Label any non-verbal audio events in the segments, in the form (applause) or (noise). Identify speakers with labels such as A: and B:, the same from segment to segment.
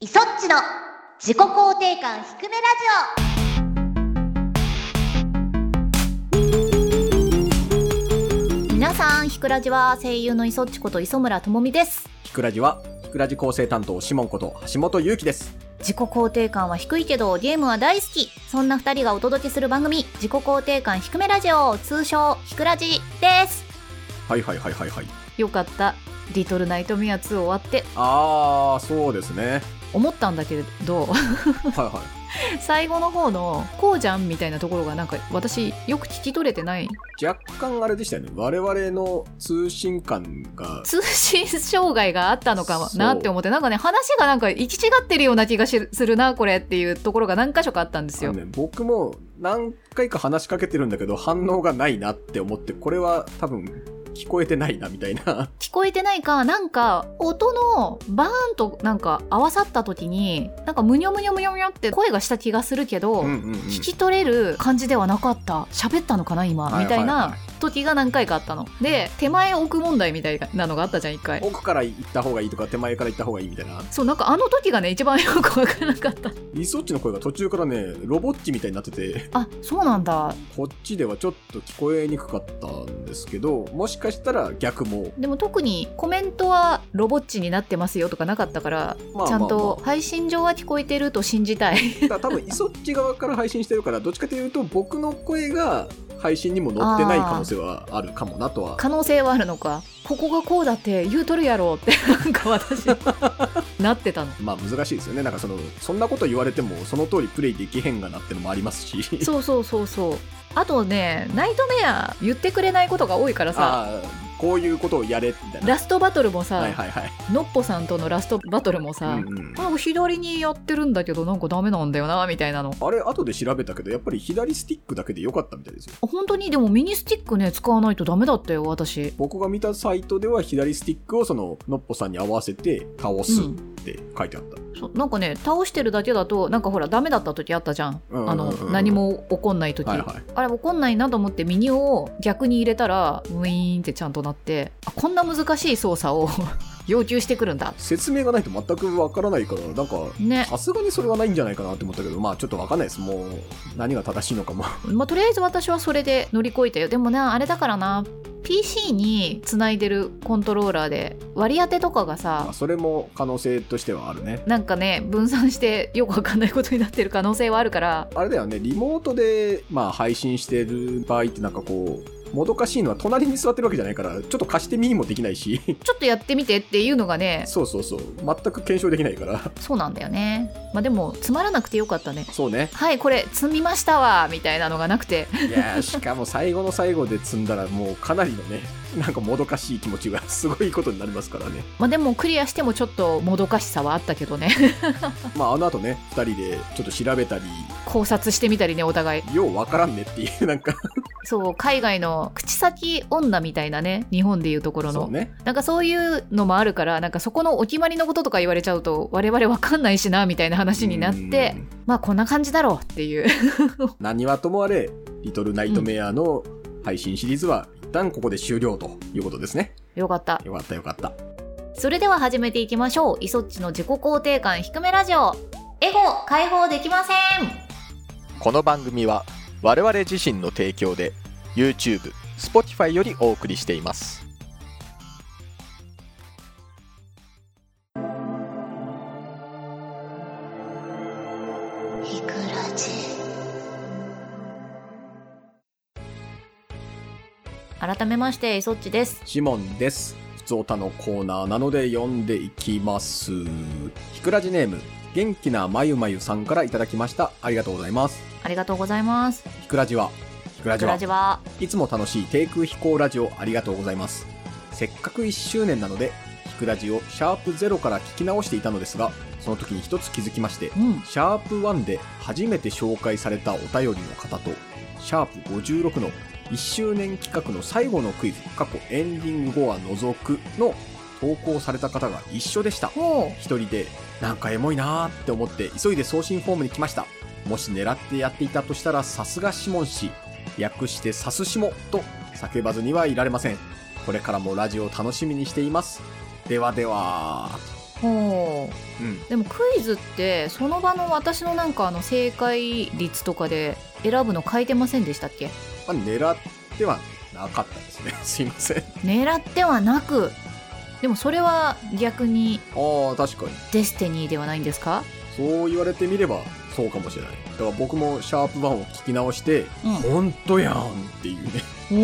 A: イソッチの自己肯定感低めラジ
B: 皆さん、ひくらじは声優の磯っちこと磯村智美です。
C: ひくらじは、ひくらじ構成担当、シモンこと橋本ゆうきです。
B: 自己肯定感は低いけどゲームは大好き。そんな二人がお届けする番組、自己肯定感低めラジオ、通称ひくらじです。
C: はいはいはいはいはい。
B: よかった。リトルナイトメア2終わって
C: あー、そうですね。
B: 思ったんだけど、
C: はいはい。
B: 最後の方のこうじゃんみたいなところがなんか私よく聞き取れてない。
C: 若干あれでしたよね。我々の通信感が、
B: 通信障害があったのか
C: そう
B: なって思って、なんかね、話がなんか行き違ってるような気がしするな、これっていうところが何箇所かあったんです
C: あの
B: よ。
C: ね、僕も何回か話しかけてるんだけど、反応がないなって思って、これは多分聞こえてないなみたいな。
B: 聞こえてないか、なんか、音のバーンとなんか合わさった時に、なんかむにょむにょむにょむにょって声がした気がするけど、
C: うんうんうん。
B: 聞き取れる感じではなかった。喋ったのかな今、
C: はい
B: みたい
C: はいは
B: な時が何回かあったの。で、手前奥問題みたいなのがあったじゃん、一回。
C: 奥から行った方がいいとか、手前から行った方がいいみたいな。
B: そう、なんかあの時がね、一番よくわからなかった。
C: リソッチの声が途中からね、ロボッチみたいになってて、
B: あ、そうなんだ。
C: こっちではちょっと聞こえにくかったんですけど、もしかしたら逆も
B: でも特にコメントはロボッチになってますよとかなかったから、
C: まあまあまあ
B: ちゃんと配信上は聞こえてると信じた
C: (laughs)
B: い。
C: だから多分イソッチ側から配信してるからどっちかというと僕の声が配信にも載ってない可能性はあるかもなとは
B: 可能性はあるのかここがこうだって言うとるやろってなんか
C: (laughs)
B: 私なってたの
C: まあ難しいですよねなんかそのそんなこと言われてもその通りプレイできへんがなってのもありますし
B: そうそうそうそうあとねナイトメア言ってくれないことが多いからさ
C: ああこういうことをやれみたいな
B: ラストバトルもさ、
C: はいはいはい、
B: のっぽさんとのラストバトルもさ、
C: うんうん
B: なんか左にやってるんだけどなんかダメなんだよなみたいなの
C: あれ後で調べたけどやっぱり左スティックだけでよかったみたいですよ
B: 本当にでもミニスティックね使わないとダメだったよ私
C: 僕が見たサイトでは左スティックをそののっぽさんに合わせて倒す
B: う
C: っ
B: ん
C: て書いてあった、
B: そうなんかね倒してるだけだとなんかほらダメだった時あったじゃん,、
C: うんうんうん
B: あの何も起こんない時、
C: はいはい
B: あれ怒んないなと思ってミニを逆に入れたらウィーンってちゃんとなってあこんな難しい操作を (laughs) 要求してくるんだ
C: 説明がないと全くわからないからなんか
B: ね、
C: さすがにそれはないんじゃないかなって思ったけど、まあちょっとわかんないです。もう何が正しいのかも。 (laughs)
B: まあ、とりあえず私はそれで乗り越えたよでもねあれだからな PC につないでるコントローラーで割り当てとかが
C: まあ
B: さ
C: それも可能性としてはあるね。
B: なんかね分散してよくわかんないことになってる可能性はあるから
C: あれだよね、リモートで、まあ、配信してる場合ってなんかこう、もどかしいのは隣に座ってるわけじゃないから、ちょっと貸してみもできないし、 (laughs)
B: ちょっとやってみてっていうのがね
C: そうそうそう、全く検証できないから、 (laughs)
B: そうなんだよねまあでもつまらなくてよかったね
C: そうね。
B: はいこれ積みましたわみたいなのがなくて
C: いやー、しかも最後の最後で積んだら、もうかなりのね、なんかもどかしい気持ちが (laughs) すごいことになりますからね。
B: まあでもクリアしてもちょっともどかしさはあったけどね (laughs)
C: まあ、あの後ね、二人でちょっと調べたり、
B: 考察してみたりねお互い
C: ようわからんねっていう、なんか、
B: そう海外の口先女みたいなね日本でいうところ
C: そ
B: の、
C: うね。
B: なんかそういうのもあるからなんかそこのお決まりのこととか言われちゃうと我々わかんないしなみたいな話になって
C: うん
B: まあこんな感じだろうっていう (laughs)
C: 何はともあれ、リトルナイトメアの配信シリーズは一旦ここで終了ということですね。
B: よかった
C: よかったよかった。
B: それでは始めていきましょうイソッチの自己肯定感低めラジオエゴ解放できません
C: この番組は我々自身の提供で YouTube、Spotify よりお送りしています。
A: オひくらじ
B: 改めましてイソッチです
C: シモンです。ふつおたのコーナーなので読んでいきます。ひくらじネーム、元気なまゆまゆさんからいただきました。ありがとうございます。
B: ありがとうございます
C: ひくらじは、ひくらじ
B: グ
C: は
B: ラジ、はい
C: つも楽しい低空飛行ラジオありがとうございます。せっかく1周年なので、ひくラジをシャープ0から聞き直していたのですが、その時に一つ気づきまして、
B: うん
C: シャープ1で初めて紹介されたお便りの方と、シャープ56の1周年企画の最後のクイズ、過去エンディング後は除くの投稿された方が一緒でした。
B: ほう
C: 一人で、なんかエモいなーって思って急いで送信フォームに来ました。もし狙ってやっていたとしたらさすがシモン氏、略してさすしもと叫ばずにはいられません。これからもラジオ楽しみにしています。ではでは、
B: ほう
C: うん。
B: でもクイズってその場の私のなんかあの正解率とかで選ぶの変えてませんでしたっけ
C: まあ、狙ってはなかったですね。 (laughs) すいません。
B: 狙ってはなくでもそれは逆に
C: ああ、確かに。
B: デスティニーではないんですか
C: そう言われてみれば、そうかもしれない。だから僕もシャープ1を聞き直して、
B: うん
C: 本当やんっていうね。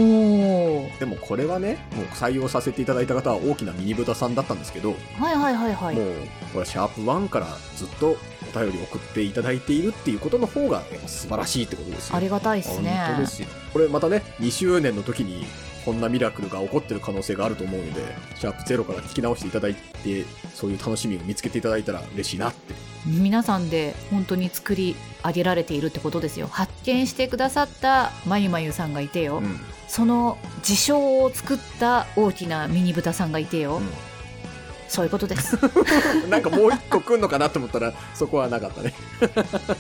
B: おお
C: でもこれはね、もう採用させていただいた方は大きなミニブタさんだったんですけど、
B: はいはいはいはい
C: もう、これはシャープ1からずっとお便り送っていただいているっていうことの方がやっぱ素晴らしいってことですよ。
B: ありがたいですね
C: 本当ですよ。これまたね、2周年の時に、こんなミラクルが起こってる可能性があると思うので、シャープ0から聞き直していただいて、そういう楽しみを見つけていただいたら嬉しいなって。
B: 皆さんで本当に作り上げられているってことですよ発見してくださったまゆまゆさんがいてよ、
C: うん。
B: その事象を作った大きなミニブタさんがいてよ、
C: う
B: そういうことです (laughs)
C: ん、なんかもう一個来んのかなと思ったら、そこはなかったね。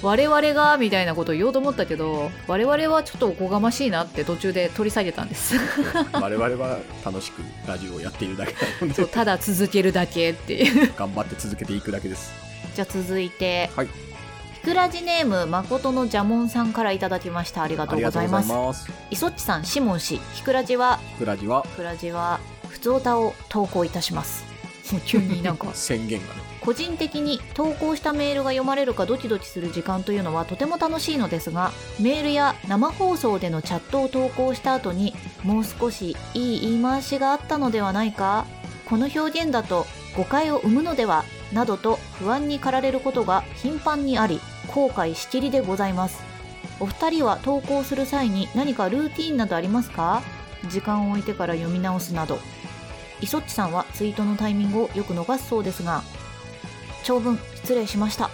B: 我々がみたいなことを言おうと思ったけど我々はちょっとおこがましいなって途中で取り下げたんです
C: (laughs) 我々は楽しくラジオをやっているだけなの
B: そ
C: で
B: う、ただ続けるだけっていう (laughs)
C: 頑張って続けていくだけです。
B: じゃあ続いて
C: はい
B: ひくらじネーム誠のジャモンさんからいただきましたありが
C: あ
B: とう
C: り
B: ご
C: がと
B: ざ
C: う
B: い
C: ござ
B: ま
C: い
B: す
C: ます。
B: いそっちさんシモン氏ひくらじは
C: グラジは
B: クラジは普通歌を投稿いたします (laughs) もう急になんか
C: 宣言がね。
B: 個人的に投稿したメールが読まれるかドキドキする時間というのはとても楽しいのですがメールや生放送でのチャットを投稿した後にもう少しいい言い回しがあったのではないかこの表現だと誤解を生むのではなどと不安に駆られることが頻繁にあり後悔しきりでございますお二人は投稿する際に何かルーティーンなどありますか時間を置いてから読み直すなどイソッチさんはツイートのタイミングをよく逃すそうですが長文失礼しました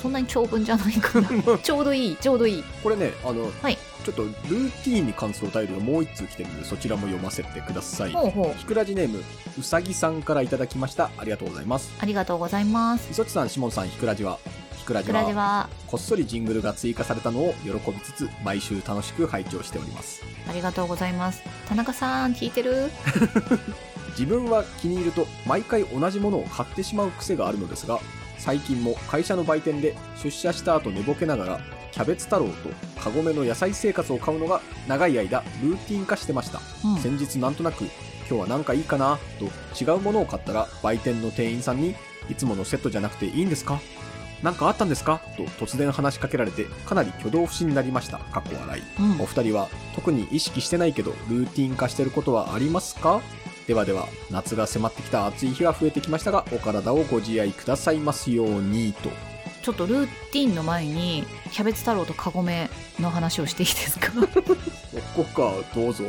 B: そんなに長文じゃないか (laughs) なちょうどいいちょうどいい
C: これね、あの、
B: はい
C: ちょっとルーティーンに関するお便りがもう一通来てるので、そちらも読ませてください。
B: ほうほう
C: ひくらじネーム、うさぎさんからいただきました。ありがとうございます。
B: ありがとうございます
C: 磯地さん、しもんさん、ひくらじは。ひくらじ
B: クラジ
C: は、
B: は
C: こっそりジングルが追加されたのを喜びつつ、毎週楽しく拝聴しております。
B: ありがとうございます田中さん聞いてる
C: 自分は気に入ると毎回同じものを買ってしまう癖があるのですが最近も会社の売店で出社した後寝ぼけながらキャベツ太郎とカゴメの野菜生活を買うのが長い間ルーティン化してました、
B: うん
C: 先日なんとなく今日はなんかいいかなと違うものを買ったら売店の店員さんにいつものセットじゃなくていいんですかなんかあったんですかと突然話しかけられてかなり挙動不審になりましたかっこ笑い
B: うん
C: お二人は特に意識してないけどルーティン化してることはありますかではでは夏が迫ってきた暑い日が増えてきましたがお体をご自愛くださいますようにと
B: ちょっとルーティンの前にキャベツ太郎とカゴメの話をしていいです (laughs) か
C: ここかどうぞ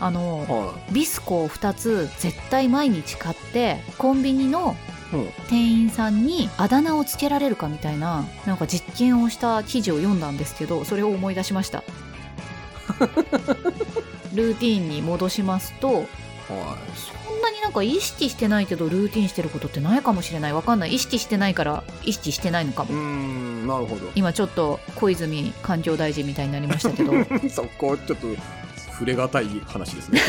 B: あの
C: は
B: ビスコを2つ絶対毎日買ってコンビニの
C: い、うん、
B: 店員さんにあだ名をつけられるかみたいななんか実験をした記事を読んだんですけどそれを思い出しま
C: (laughs)
B: したルーティーンに戻しますと
C: は
B: そんなになんか意識してないけどルーティンしてることってないかもしれないわかんない意識してないから意識してないのか
C: い、うー
B: も
C: んなるほど
B: 今ちょっと小泉環境大臣みたいになりましたけ
C: (laughs)
B: ど
C: そこちょっと触れがたい話です
B: (laughs)
C: ね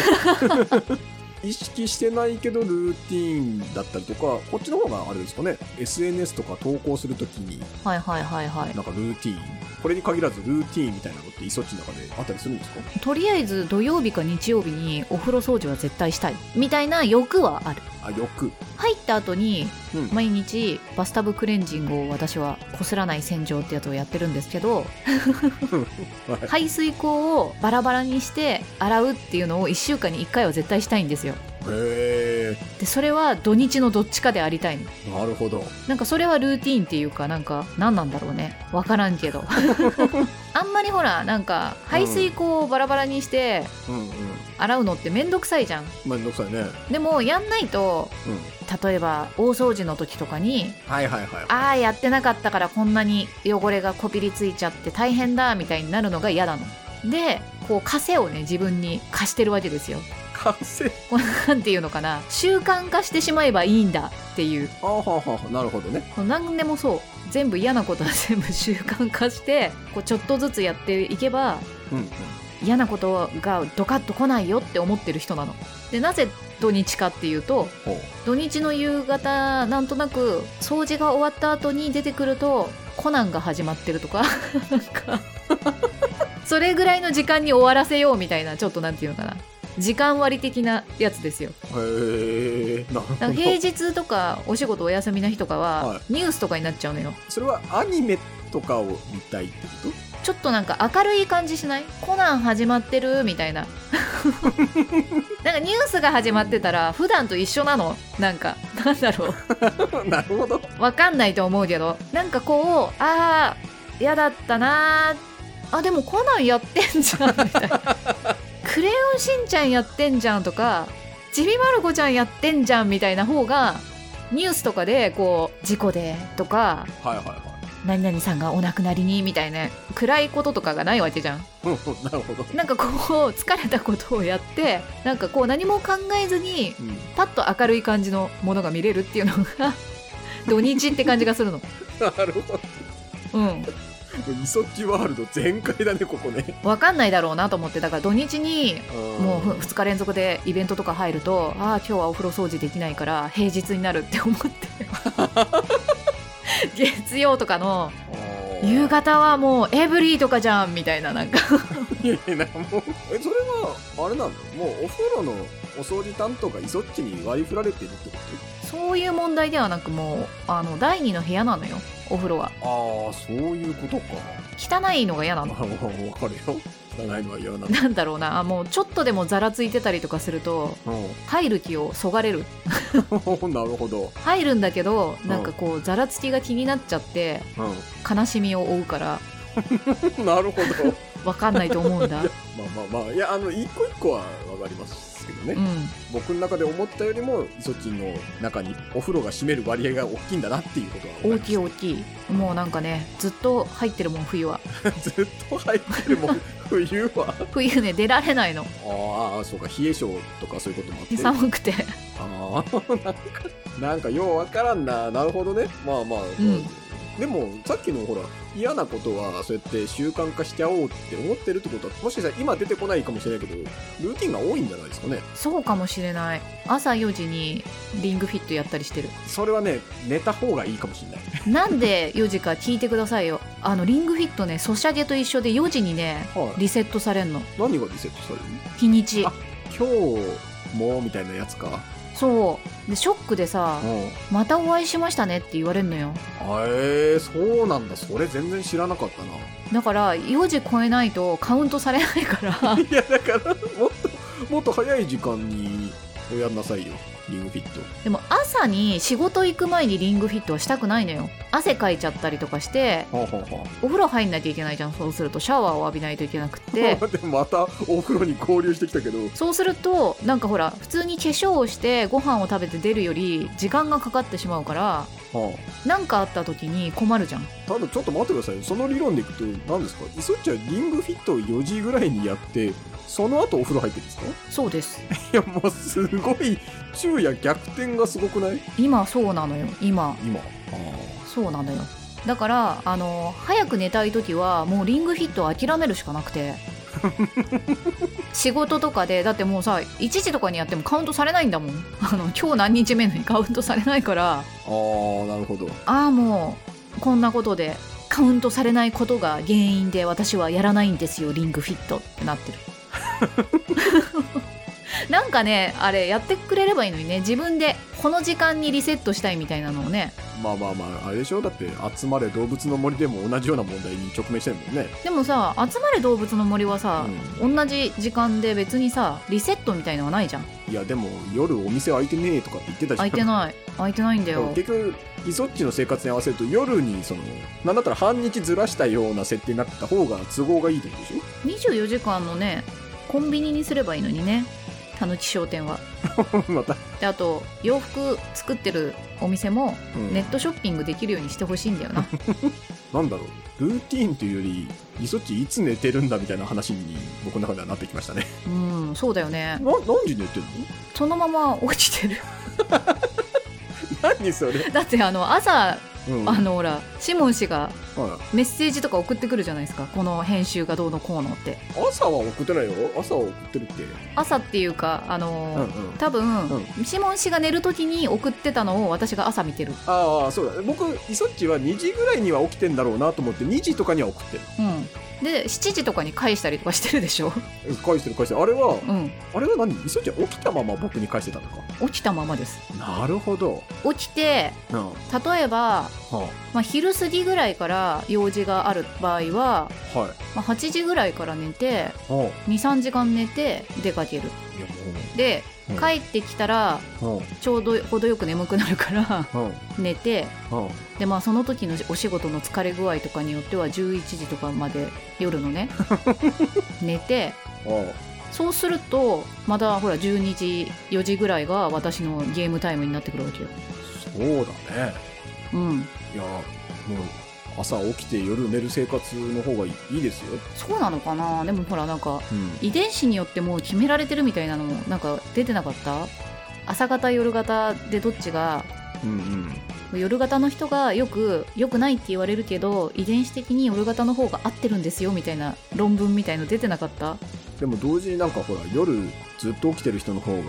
C: 意識してないけどルーティーンだったりとかこっちの方があれですかね SNS とか投稿するときに
B: はいはいはいはい
C: なんかルーティーンこれに限らずルーティーンみたいなのってイソチの中であったりするんですか
B: とりあえず土曜日か日曜日にお風呂掃除は絶対したいみたいな欲はある
C: あよく
B: 入った後に
C: うん
B: 毎日バスタブクレンジングを私はこすらない洗浄ってやつをやってるんですけど
C: はい
B: 排水口をバラバラにして洗うっていうのを1週間に1回は絶対したいんですよ
C: へえ
B: でそれは土日のどっちかでありたいの
C: なるほど
B: なんかそれはルーティーンっていうかなんか何なんだろうねわからんけどあんまりほらなんか排水口をバラバラにして
C: うんうん
B: 洗うのってめんどくさいじゃん
C: 面倒くさいね
B: でもやんないと
C: うん
B: 例えば大掃除の時とかに
C: はいはいはい
B: ああやってなかったからこんなに汚れがこびりついちゃって大変だみたいになるのが嫌なの。でこう枷をね自分に課してるわけですよ。
C: 完成
B: こうなんていうのかな習慣化してしまえばいいんだっていう
C: あーはーはーはーなるほどね
B: こう何でもそう (laughs) 全部嫌なことは全部習慣化してこうちょっとずつやっていけば
C: うんうん
B: 嫌なことがドカッと来ないよって思ってる人なの。でなぜ土日かっていうと
C: ほう
B: 土日の夕方なんとなく掃除が終わった後に出てくるとコナンが始まってるとか (laughs) なんかそれぐらいの時間に終わらせようみたいなちょっとなんていうのかな時間割的なやつですよ
C: へえなるほ
B: だから
C: ど
B: 平日とかお仕事お休みな日とか
C: は
B: はニュースとかになっちゃうのよ
C: それはアニメとかを見たいってこ
B: ちょっとなんか明るい感じしないコナン始まってるみたいななんかニュースが始まってたら普段と一緒なのなんかなんだろう
C: と (laughs) なるほど
B: わかんないと思うけどなんかこうああ嫌だったなーあでもコナンやってんじゃんみたいな「クレヨンしんちゃんやってんじゃん」とか「ちびまる子ちゃんやってんじゃん」みたいな方がニュースとかでこう「事故で」とか
C: はいはいは
B: 「何々さんがお亡くなりに」みたいな暗いこととかがないわけじゃん。
C: いうん (laughs) なるほど、
B: なんかこう疲れたことをやってなんかこう何も考えずに
C: うん、
B: パッと明るい感じのものが見れるっていうのが土日って感じがするの。
C: なるほ
B: うん
C: どイソッチワールド全開だねここね
B: わかんないだろうなと思ってだから土日にもう
C: うん
B: 2日連続でイベントとか入るとああ今日はお風呂掃除できないから平日になるって思って月曜とかの夕方はもうエブリィとかじゃんみたいななんか
C: いやいやもうえそれはあれなのもうお風呂のお掃除担当がイソッチに割り振られてるってこ
B: そういう問題ではなくもうあの第二の部屋なのよお風呂は
C: とああそういうことか
B: 汚いのが嫌な
C: あ
B: の
C: あ分かるよ汚いのは嫌なの
B: なんだろうなあもうちょっとでもざらついてたりとかすると入る気をそがれる
C: うん (laughs) なるほど、
B: 入るんだけどなんかこうざらつきが気になっちゃって
C: う
B: 悲しみを負うから
C: ん、 (laughs) なるほど
B: わかんないと思うん (laughs) だ。
C: まあまあまあいやあの一個一個は分かりますけどね、
B: うん、
C: 僕の中で思ったよりもイソッチの中にお風呂が占める割合が大きいんだなっていうことは
B: 大きい
C: よ
B: 大きい。もうなんかね、ずっと入ってるもん、冬は。
C: ずっと入ってるもん冬は
B: 冬ね、出られないの。
C: ああそうか冷え性とかそういうこともあって
B: 寒くて。
C: ああなんか (laughs) なんかようわからんななるほどねまあまあ、
B: うん
C: でもさっきのほら嫌なことはそうやって習慣化しちゃおうって思ってるってことはもしかしたら今出てこないかもしれないけどルーティンが多いんじゃないですかね
B: (laughs) そうかもしれない。朝4時にリングフィットやったりしてる。
C: それはね寝た方がいいかもしれない
B: なんで4時か聞いてくださいよ。あの、リングフィットね、ソシャゲと一緒で4時にね、
C: はい
B: リセットされんの。
C: 何がリセットされるの
B: 日にち
C: あ。今日もみたいなやつか
B: そう。で、ショックでさ
C: う、ん
B: またお会いしましたねって言われるのよ。
C: えー、そうなんだそれ全然知らなかったな
B: だから、4時超えないとカウントされないから、
C: (laughs) いやだからもっともっと早い時間にやんなさいよリングフィット
B: でも朝に仕事行く前にリングフィットはしたくないのよ汗かいちゃったりとかして
C: はあ、はあはあ
B: お風呂入んなきゃいけないじゃんそうするとシャワーを浴びないといけなくって
C: でもまたお風呂に合流してきたけど
B: そうするとなんかほら普通に化粧をしてご飯を食べて出るより時間がかかってしまうから
C: は
B: 何かあった時に困るじゃん
C: あ、ただちょっと待ってくださいその理論でいくと何ですかイソッチはリングフィットを4時ぐらいにやってその後お風呂入ってるんですかい
B: そうです
C: やもうすごい昼夜逆転がすごくない
B: 今そうなのよ今
C: 今あ
B: そうなのよだからあの早く寝たい時はもうリングフィットを諦めるしかなくて仕事とかでだってもうさ1時とかにやってもカウントされないんだもんあの今日何日目のにカウントされないから
C: あーなるほど
B: ああもうこんなことでカウントされないことが原因で私はやらないんですよリングフィットってなってるなんかねあれやってくれればいいのにね自分でこの時間にリセットしたいみたいなのをね
C: まあまあまああれでしょだって集まれ動物の森でも同じような問題に直面してるもんね
B: でもさ「集まれ動物の森」はさ、
C: う
B: 同じ時間で別にさリセットみたいのはないじゃん
C: いやでも夜お店開いてねえとかって言ってたじゃ
B: 空
C: ん
B: いてない空いてないんだよ
C: (laughs) 結局イソッチの生活に合わせると夜にそのなんだったら半日ずらしたような設定になってた方が都合がいいってことでし
B: 24時間のねコンビニにすればいいのにねたぬき商店は
C: ょ (laughs) また、
B: であと洋服作ってるお店も
C: うん
B: ネットショッピングできるようにしてほしいんだよ
C: (laughs)
B: な
C: なんだろうルーティーンというよりイソッチいつ寝てるんだみたいな話に僕の中ではなってきまし
B: (laughs)
C: たね
B: うんそうだよね
C: な何時寝て
B: (laughs)
C: るの
B: そのまま落ちてる
C: 何それ
B: だってあの朝
C: うん
B: あのほらシモン氏が
C: は
B: メッセージとか送ってくるじゃないですかこの編集がどうのこうのって
C: い朝は送ってないよ朝は送ってるって
B: 朝っていうかあの
C: うんうん
B: 多分、
C: う
B: シモン氏が寝る時に送ってたのを私が朝見てる、
C: ああそうだ僕イソッチは2時ぐらいには起きてんだろうなと思って2時とかには送ってる
B: うん、で7時とかに返したりとかしてるでしょ、 (laughs)
C: 返してる返してるあれは、
B: うん、
C: あれは何イソッチは起きたまま僕に返してたのか
B: 起きたままです
C: なるほど
B: 起きて
C: うんは
B: 例えば、
C: あ
B: まあ、昼過ぎぐらいから用事がある場合は、
C: はい
B: まあ、8時ぐらいから寝て
C: はあ
B: 23時間寝て出かける
C: いや
B: で
C: うん
B: 帰ってきたら
C: もう
B: ちょうど程よく眠くなるから (laughs)
C: うんうん
B: 寝て
C: うん
B: でまあその時のお仕事の疲れ具合とかによっては11時とかまで夜の
C: (laughs)
B: ね寝て
C: うん
B: そうするとまだほら12時4時ぐらいが私のゲームタイムになってくるわけよ
C: そうだね
B: うん
C: いやもう朝起きて夜寝る生活の方がいいですよ、
B: そうなのかなでもほらなんか
C: うん、
B: 遺伝子によってもう決められてるみたいなのもなんか出てなかった朝方夜方でどっちが
C: うんうん
B: 夜型の人がよく良くないって言われるけど遺伝子的に夜型の方が合ってるんですよみたいな論文みたいの出てなかった
C: でも同時になんかほら夜ずっと起きてる人の方が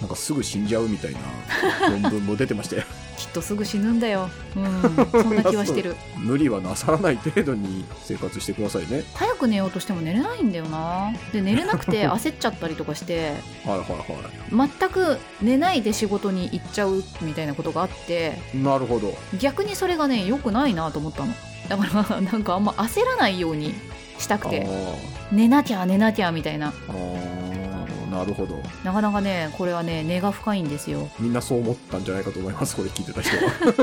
C: なんかすぐ死んじゃうみたいな論文も出てまして
B: きっとすぐ死ぬんだようんそんな気はしてる
C: 無理はなさらない程度に生活してくださいね
B: 早く寝ようとしても寝れないんだよなで寝れなくて焦っちゃったりとかして
C: はいはいは
B: 全く寝ないで仕事に行っちゃうみたいなことがあって
C: いなるほど
B: 逆にそれがね良くないなと思ったのだから (laughs) なんかあんま焦らないようにした
C: あ
B: くて
C: ー
B: 寝なきゃ寝なきゃみたいな
C: あーなるほど
B: なかなかねこれはね根が深いんですよ
C: みんなそう思ったんじゃないかと思いますこれ聞いてた人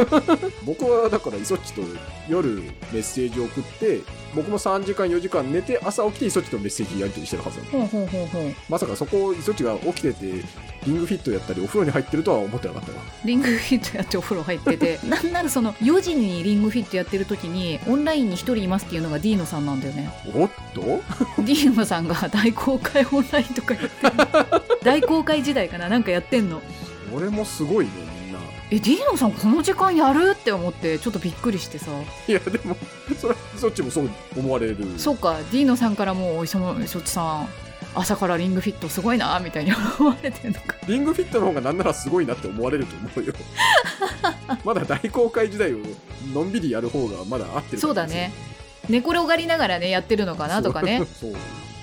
C: は僕はだからイソッチと夜メッセージを送って僕も3時間4時間寝て朝起きてイソッチとメッセージやり取りしてるはずなの
B: ほうほうほうほう
C: まさかそこイソッチが起きててリングフィットやったりお風呂に入ってるとは思ってなかったわ
B: リングフィットやってお風呂入ってて (laughs) なんならその4時にリングフィットやってる時にオンラインに1人いますっていうのがディーノさんなんだよね
C: おっと
B: ディーノさんが大公開オンラインとかやってんの (laughs) 大公開時代かななんかやってんの
C: 俺もすごいねみんな
B: えディーノさんこの時間やるって思ってちょっとびっくりしてさ
C: いやでもそれそっちもそう思われる
B: そうかディーノさんからもう「おいそもそっちさん朝からリングフィットすごいな」みたいに思われてる
C: (laughs)
B: のか
C: リングフィットの方がなんならすごいなって思われると思う
B: (laughs)
C: よまだ大公開時代をのんびりやる方がまだ合ってる
B: そうだね寝転がりながらねやってるのか
C: か
B: なとかね
C: (laughs) そう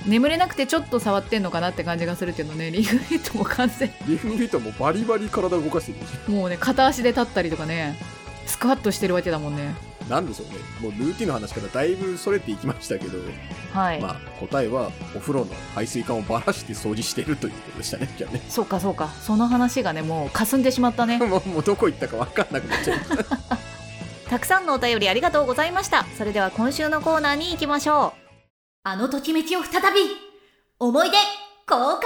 B: 眠れなくてちょっと触ってんのかなって感じがするけどねリングフィットも完全 (laughs)
C: リングフィットもバリバリ体動かしてるし
B: もうね片足で立ったりとかねスクワットしてるわけだもんね
C: なんでしょうねもうルーティンの話からだいぶそれていきましたけど、
B: はい、
C: まあ答えはお風呂の排水管をばらして掃除してるということでしたねじゃあね
B: そうかそうかその話がねもう霞んでしまったね
C: (laughs) もうもうどこ行ったか分かんなくなっちゃいました
B: たくさんのお便りありがとうございましたそれでは今週のコーナーに行きましょう
A: あのときめきを再び思い出公開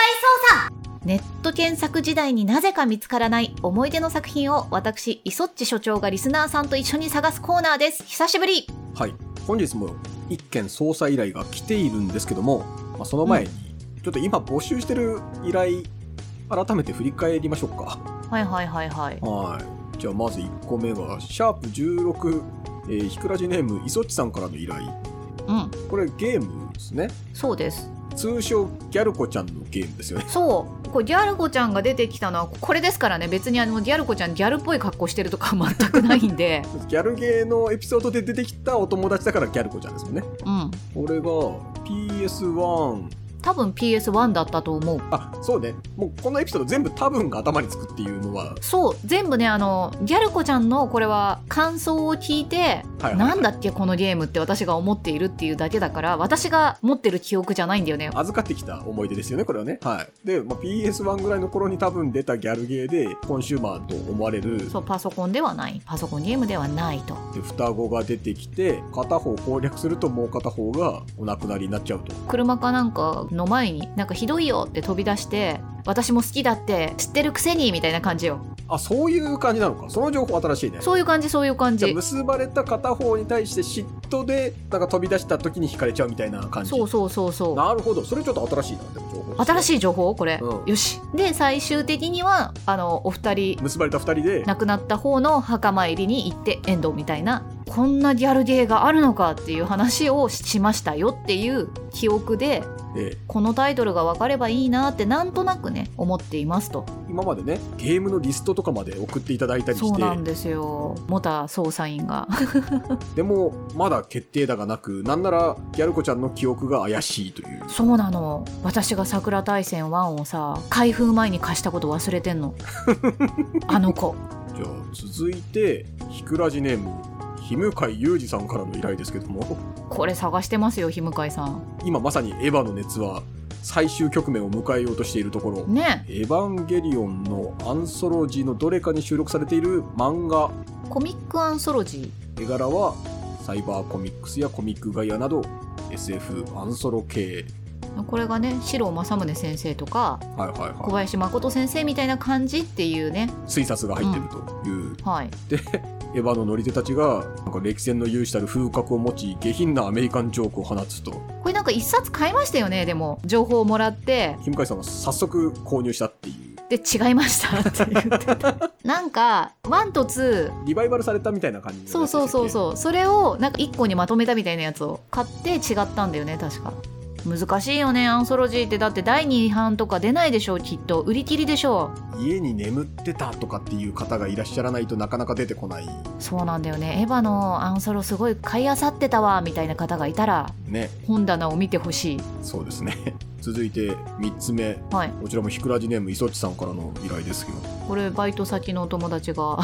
B: ネット検索時代になぜか見つからない思い出の作品を私、イソッチ所長がリスナーさんと一緒に探すコーナーです。久しぶり
C: はい本日も一件捜査依頼が来ているんですけども、まあ、その前に、ちょっと今募集してる依頼改めて振り返りましょうか
B: はいはいはいはい。
C: はいじゃあまず1個目はシャープ16、えー、ひくらじネームいそっちさんからの依頼
B: うん、
C: これゲームですね
B: そうです。
C: 通称ギャルコちゃんのゲームですよね (laughs)
B: そう、これギャル子ちゃんが出てきたのはこれですからね、別にあのギャル子ちゃんギャルっぽい格好してるとかは全くないんで、
C: ギャルゲーのエピソードで出てきたお友達だからギャルコちゃんですもんね
B: うん、
C: これが PS1
B: 多分 PS1 だったと思う。
C: あそうねもうこのエピソード全部多分が頭につくっていうのは
B: そう、全部ね、あの、ギャル子ちゃんのこれは感想を聞いて、
C: はいはい
B: なんだっけこのゲームって私が思っているっていうだけだから、私が持ってる記憶じゃないんだよね。
C: 預かってきた思い出ですよね、これはね。はい。で、まあ、PS1 ぐらいの頃に多分出たギャルゲーで、コンシューマーと思われる、
B: そうパソコンではないパソコンゲームではないと
C: で双子が出てきて、片方攻略するともう片方がお亡くなりになっちゃうと。
B: 車かなんかの前になんかひどいよって飛び出して私も好きだって知ってるくせにみたいな感じよ
C: あそういう感じなのかその情報新しいね
B: そういう感じそういう感
C: じゃあ
B: じ
C: 結ばれた片方に対して嫉妬でなんか飛び出した時に惹かれちゃうみたいな感じ
B: そうそうそうそう
C: なるほどそれちょっと新しいなでも情報
B: 新
C: い
B: しい情報これ、
C: うん
B: よしで最終的にはあのお二人
C: 結ばれた二人で
B: 亡くなった方の墓参りに行って遠藤みたいなこんなギャルゲーがあるのかっていう話をしましたよっていう記憶で
C: ええ
B: このタイトルが分かればいいなってなんとなくね思っていますと
C: 今までねゲームのリストとかまで送っていただいたり
B: そ
C: し
B: う
C: て
B: なんですよモタ捜査員が (laughs)
C: でもまだ決定打がなくなんならギャル子ちゃんの記憶が怪しいという
B: そうなの私が桜大戦1をさ開封前に貸したこと忘れてんのあの子
C: じゃあ続いてひくらじネームひむかいゆうじさんからの依頼ですけども
B: これ探してますよひむかいさん
C: 今まさにエヴァの熱は最終局面を迎えようとしているところ、
B: ね
C: エヴァンゲリオンのアンソロジーのどれかに収録されている漫画
B: コミックアンソロジ
C: 絵柄はサイバーコミックスやコミックガイアなど SF アンソロ系
B: ーこれがね四郎正宗先生とか
C: はいはい
B: 小
C: は
B: 林誠先生みたいな感じっていうね
C: い推察が入ってるという、
B: はい
C: エヴァの乗り手たちがなんか歴戦の勇士たる風格を持ち下品なアメリカンジョークを放つと
B: これなんか一冊買いましたよねでも情報をもらって
C: 金海さんは早速購入したっていう
B: で違いましたって言ってたなんか1と2
C: リバイバルされたみたいな感じ
B: そうそうそう
C: う
B: そうそれをなんか1個にまとめたみたいなやつを買って違ったんだよね確か難しいよねアンソロジーってだって第2版とか出ないでしょうきっと売り切りでしょう
C: 家に眠ってたとかっていう方がいらっしゃらないとなかなか出てこない
B: そうなんだよねエヴァのアンソロすごい買いあさってたわみたいな方がいたら
C: ね
B: 本棚を見てほしい
C: そうですね (laughs) 続いて3つ目
B: はい
C: こちらもひくらじネームいそっちさんからの依頼ですけど (laughs)
B: これバイト先のお友達が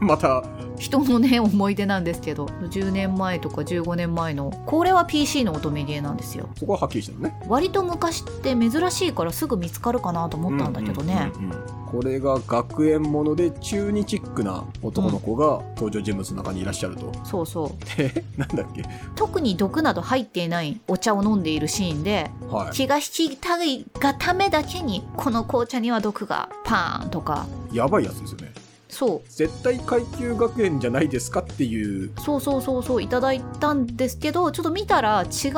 C: また
B: 人のね思い出なんですけど10年前とか15年前のこれは PC の乙女ゲーなんですよ
C: そこははっきりしたのね
B: 割と昔って珍しいからすぐ見つかるかなと思ったんだけどね、
C: うんうんうんうんこれが学園もので中二チックな男の子が登場人物の中にいらっしゃると、 (laughs)
B: そうそう
C: でなんだっけ
B: 特に毒など入っていないお茶を飲んでいるシーンで
C: は
B: 気が引きたいがためだけにこの紅茶には毒がパーンとか
C: いやばいやつですよね
B: そう
C: 絶対階級学園じゃないですかっていう
B: そうそうそうそういただいたんですけどちょっと見たら違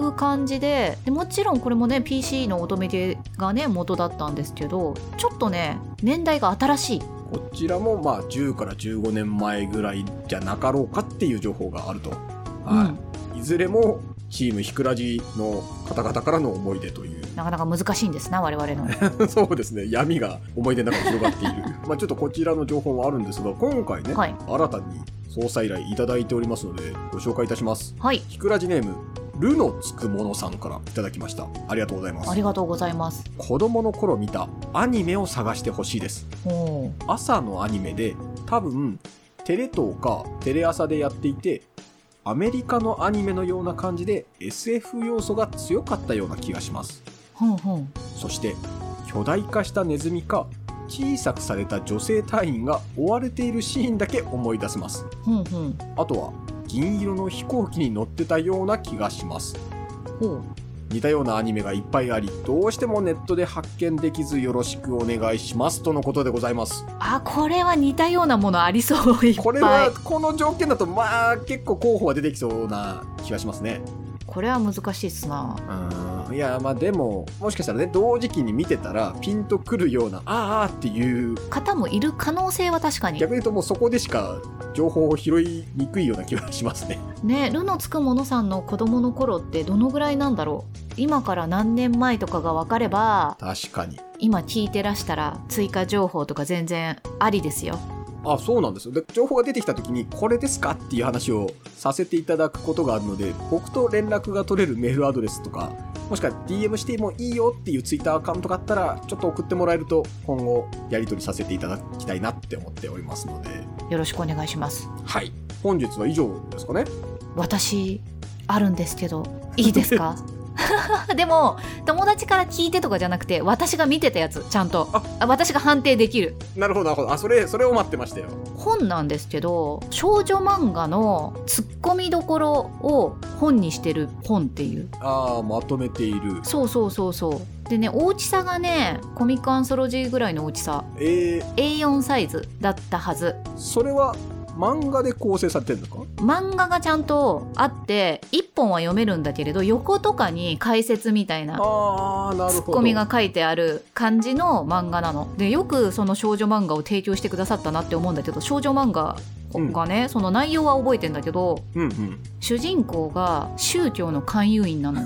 B: う感じででもちろんこれもね PC の乙女系がね元だったんですけどちょっとね年代が新しい
C: こちらもまあ10から15年前ぐらいじゃなかろうかっていう情報があると、はいいずれもチームひくらじの方々からの思い出という
B: なかなか難しいんですな我々の
C: (laughs) そうですね闇が思い出の中に広がっている (laughs) まあちょっとこちらの情報はあるんですが今回ね、
B: はい
C: 新たに捜査依頼いただいておりますのでご紹介いたします
B: はい
C: ひくらじネームルのつくものさんからいただきましたありがとうございま
B: あ
C: す
B: りがとうございます
C: 子供の頃見たアニメを探してほしいです
B: おー
C: 朝のアニメで多分テレ東かテレ朝でやっていてアメリカのアニメのような感じで SF 要素が強かったような気がします
B: ふんふん
C: そして巨大化したネズミか小さくされた女性隊員が追われているシーンだけ思い出せます
B: ふんふん
C: あとは銀色の飛行機に乗ってたような気がします
B: ほう
C: 似たようなアニメがいっぱいありどうしてもネットで発見できずよろしくお願いしますとのことでございます
B: あこれは似たようなものありそういっぱい
C: これはこの条件だとまあ結構候補は出てきそうな気がしますね
B: これは難しいっすな
C: うんいやまあでももしかしたらね同時期に見てたらピンとくるようなあーあーっていう
B: 方もいる可能性は確かに
C: 逆に言うともうそこでしか情報を拾いにくいような気がしますね
B: ねルのつくものさんの子供の頃ってどのぐらいなんだろう今から何年前とかが分かれば
C: 確かに
B: 今聞いてらしたら追加情報とか全然ありですよ
C: あそうなんですよで情報が出てきた時にこれですかっていう話をさせていただくことがあるので僕と連絡が取れるメールアドレスとかもしくは DM してもいいよっていうツイッターアカウントがあったらちょっと送ってもらえると今後やり取りさせていただきたいなって思っておりますので
B: よろしくお願いします
C: はい本日は以上ですかね
B: 私あるんですけどいいですか (laughs) でも友達から聞いてとかじゃなくて私が見てたやつちゃんと
C: あ
B: あ私が判定できる
C: なるほどなるほどあそれそれを待ってましたよ
B: 本なんですけど少女漫画のツッコミどころを本にしてる本っていう
C: ああまとめている
B: そうそうそうそうでね大きさがねコミックアンソロジーぐらいの大きさ
C: えー、
B: A4 サイズだったはず
C: それは漫画で構成されてるのか
B: 漫画がちゃんとあって1本は読めるんだけれど横とかに解説みたいな
C: ああなる
B: ツ
C: ほど
B: ッコミが書いてある感じの漫画なのでよくその少女漫画を提供してくださったなって思うんだけど少女漫画がね、その内容は覚えてんだけど
C: うんうん
B: 主人公が宗教の勧誘員な
C: (laughs)
B: の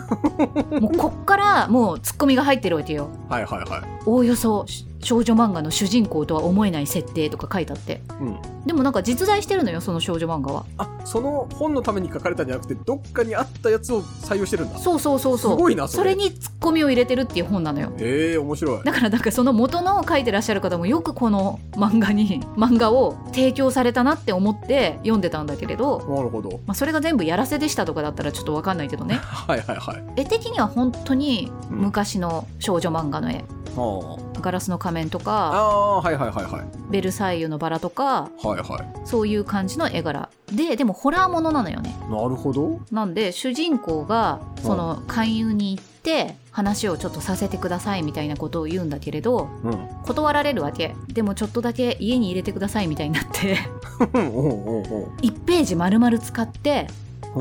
B: もうこっからもうツッコミが入ってるわけよ
C: はいはいは
B: おおよそし少女漫画の主人公とは思えない設定とか書いてあって
C: いうん
B: でもなんか実在してるのよその少女漫画は
C: あその本のために書かれたんじゃなくてどっかにあったやつを採用してるんだ
B: そうそうそうそう
C: すごいなそ
B: そ
C: れ
B: れにツッコミを入れてるっていう本なのよ
C: ええー、面白い
B: だからなんかその元のを書いてらっしゃる方もよくこの漫画に (laughs) 漫画を提供されたなって思って読んでたんだけれど、
C: なるほど
B: まあ、それが全部やらせでしたとかだったらちょっとわかんないけど
C: (laughs)
B: ね
C: はいはいはい
B: 絵的には本当に昔の少女漫画の絵
C: は
B: 「ガラスの仮面」と
C: あ
B: か
C: ああーはいはいはいはい
B: 「ベルサイユのバラ」とか
C: はいはい
B: そういう感じの絵柄ででもホラーものなのよね
C: なるほど
B: なんで主人公がその勧誘に行って話をちょっとさせてくださいみたいなことを言うんだけれど
C: うん (laughs)
B: 断られるわけでもちょっとだけ家に入れてくださいみたいになって (laughs)
C: うんうんうんうん
B: 1ページ丸々使って
C: う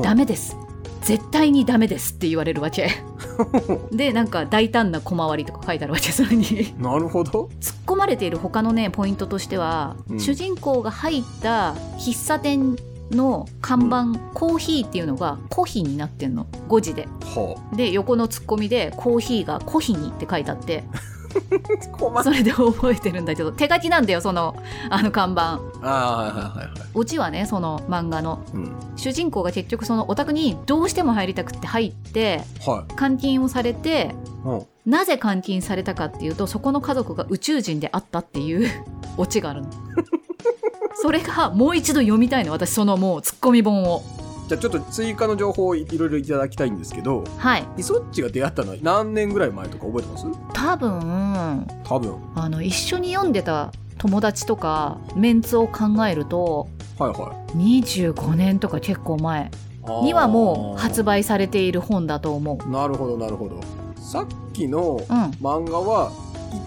B: 「
C: ん
B: ダメです」絶対にダメですって言われるわ
C: (laughs)
B: けでなんか大胆な小回りとか書いてあるわけそれに突
C: なるほど
B: っ込まれている他のねポイントとしては、
C: うん
B: 主人公が入った喫茶店の看板、コーヒーっていうのがコヒになってんの5時で
C: は
B: で横のツッコミでコーヒーがコヒにって書いてあって (laughs)
C: あ困
B: それで覚えてるんだけど手書きなんだよそのあの看板
C: ああーはいはいはいはい
B: オチはねその漫画の
C: うん
B: 主人公が結局そのお宅にどうしても入りたくって入って
C: は
B: 監禁をされて
C: いうん
B: なぜ監禁されたかっていうとそこの家族が宇宙人であったっていう (laughs) オチがあるのそれがもう一度読みたいの私そのもうツッコミ本を
C: じゃあちょっと追加の情報をいいろいろいただきたいんですけど
B: はい
C: イソッチが出会ったのは何年ぐらい前とか覚えてます
B: 多分
C: 多分
B: あの一緒に読んでた友達とかメンツを考えると
C: はいは
B: 25年とか結構前
C: い
B: にはもう発
C: 売
B: 売されている本だと思う
C: なるほどなるほどさっきの
B: うん
C: 漫画は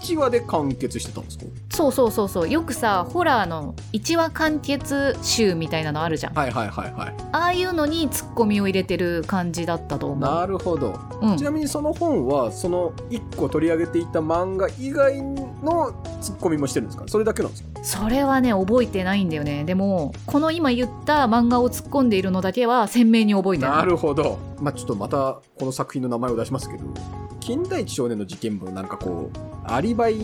C: 1話で完結してたんですか
B: そうそうそうそうよくさホラーの1話完結集みたいなのあるじゃんあ
C: はいはいはいはい
B: あいうのにツッコミを入れてる感じだったと思
C: なるほど、
B: う、うん
C: ち、なみにその本はその1個取り上げていた漫画以外のツッコミもしてるんですかそれだけなんですか
B: それはね覚えてないんだよねでもこの今言った漫画を突っ込んでいるのだけは鮮明に覚えてる
C: なるほどまあちょっとまたこの作品の名前を出しますけど金田一少年の事件簿なんかこうアリバイ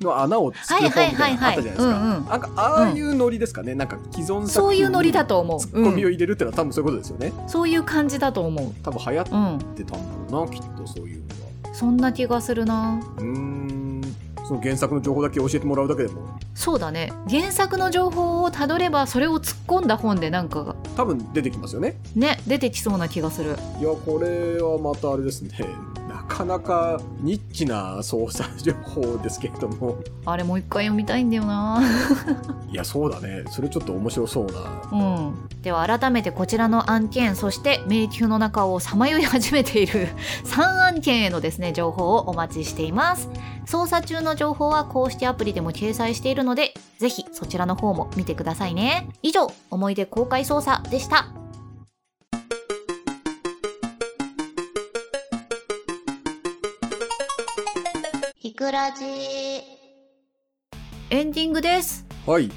C: の穴を突き込むみたいなのあったじゃないですか、
B: はいはいはいはいうんうん
C: なんかああいうノリですかね、なんか既存作品に
B: そういうノリだと思う
C: ツッコミを
B: う
C: 入れるってのは多分そういうことですよね
B: ん、そういう感じだと思
C: 多分流行っ
B: ううん
C: てたんだろうなきっとそういうのは
B: そんな気がするな
C: うーんその原作の情報だけ教えてもらうだけでも
B: そうだね原作の情報をたどればそれを突っ込んだ本でなんかが
C: 多分出てきますよね
B: ね出てきそうな気がする
C: いやこれはまたあれですねなかなかニッチな操作情報ですけれども
B: あれもう一回読みたいんだよない
C: やそうだねそれちょっと面白そうな
B: うん、では改めてこちらの案件そして迷宮の中をさまよい始めている (laughs) 3案件へのですね情報をお待ちしています捜査中の情報は公式アプリでも掲載しているのでぜひそちらの方も見てくださいね以上思い出公開捜査でした
A: ひくらじ
B: エンディングです
C: はい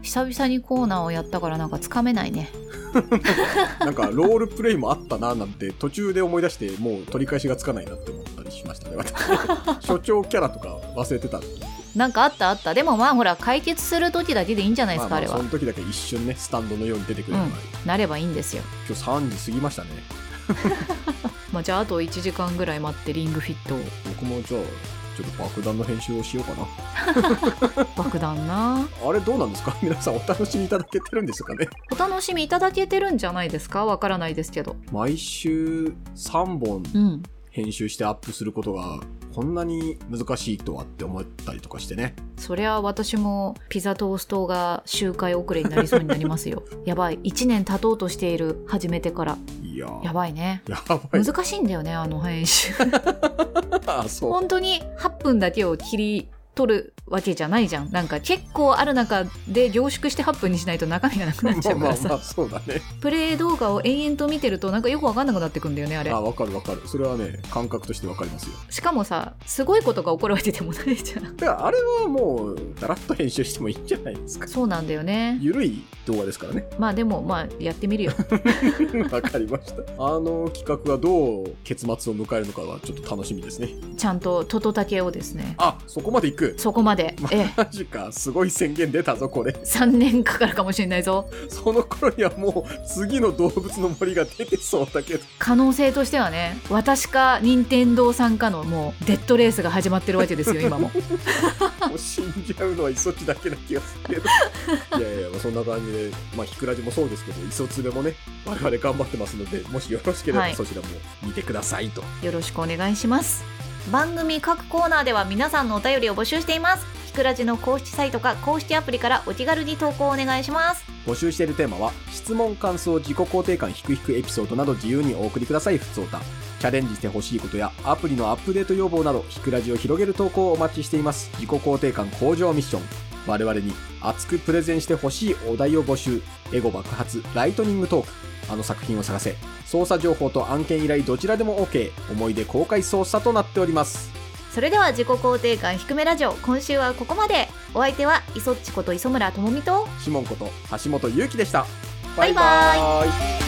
B: 久々にコーナーをやったからなんかつかめないね
C: なんかロールプレイもあったななんて途中で思い出してもう取り返しがつかないなって思ったりしましたね私所長キャラとか忘れてたんで
B: なんかあったあったでもまあほら解決する時だけでいいんじゃないで
C: ますあ
B: か、あれ
C: まあそ
B: は
C: の時だけ一瞬ねスタンドのように出てくるのが、
B: うんなればいいんですよ
C: 今日3時過ぎましたね
B: まあじゃああと1時間ぐらい待ってリングフィットを
C: 僕もじゃあちょっと爆弾の編集をしようかな
B: 爆弾な
C: あれどうなんですか (laughs) 皆さんお楽しみいただけてるんですかね
B: お楽しみいただけてるんじゃないですかわからないですけど。
C: 毎週3本
B: うん。
C: 編集してアップすることがこんなに難しいとはって思ったりとかしてね。
B: そりゃ私もピザトーストが周回遅れになりそうになりますよ (laughs) やばい1年経とうとしている始めてから
C: いやー
B: やばいね
C: やばい。
B: 難しいんだよねあの編集
C: あ、そう。
B: 本当に8分だけを切り取るわけじゃないじゃんなんか結構ある中で凝縮して8分にしないと中身がなくなっち
C: ま
B: ゃうか
C: あまあ
B: らさ、
C: まあ、そうだね。
B: プレイ動画を延々と見てるとなんかよくわかんなくなってくんだよねあれ
C: あ、わかるわかる。それはね、感覚としてわかりますよ。
B: しかもさすごいことが起こるわけでもないじゃん
C: だからあれはもう、だらっと編集してもいいんじゃないです
B: (laughs)
C: か。
B: そうなんだよね
C: ゆるい動画ですからね。 (laughs)
B: まあでもまあやってみ (laughs) るよ
C: わかりました。あの企画がどう結末を迎えるのかはちょっと楽しみですね。
B: ちゃんとトトタケをですね
C: あ、そこまで行く。
B: そこまでええ
C: マジか、すごい宣言出たぞ、これ。
B: 3年かかるかもしれないぞ
C: その頃にはもう、次の動物の森が出てそうだけど。
B: 可能性としてはね私か任天堂さんかのもうデッドレースが始まってるわけです (laughs) よ今も
C: もう死んじゃうのはイソチだけな気がするけど。いやいや、まあそんな感じで、まあ、ひくらじもそうですけど、イソツベもね、我々頑張ってますので、もしよろしければ
B: はい
C: そちらも見てくださいと。
B: よろしくお願いします番組各コーナーでは皆さんのお便りを募集していますひくらじの公式サイトか公式アプリからお気軽に投稿お願いします
C: 募集しているテーマは、質問、感想、自己肯定感、ひくひくエピソードなど自由にお送りください、ふつおた。チャレンジしてほしいことや、アプリのアップデート要望など、ひくらじを広げる投稿をお待ちしています。自己肯定感向上ミッション。我々に熱くプレゼンしてほしいお題を募集。エゴ爆発、ライトニングトーク。あの作品を探せ。捜査情報と案件依頼どちらでも OK。思い出公開捜査となっております。
B: それでは自己肯定感低めラジオ今週はここまでお相手は磯っちこと磯村智美と
C: シモンこと橋本ゆうきでした。
B: バイバ
C: バイバーイ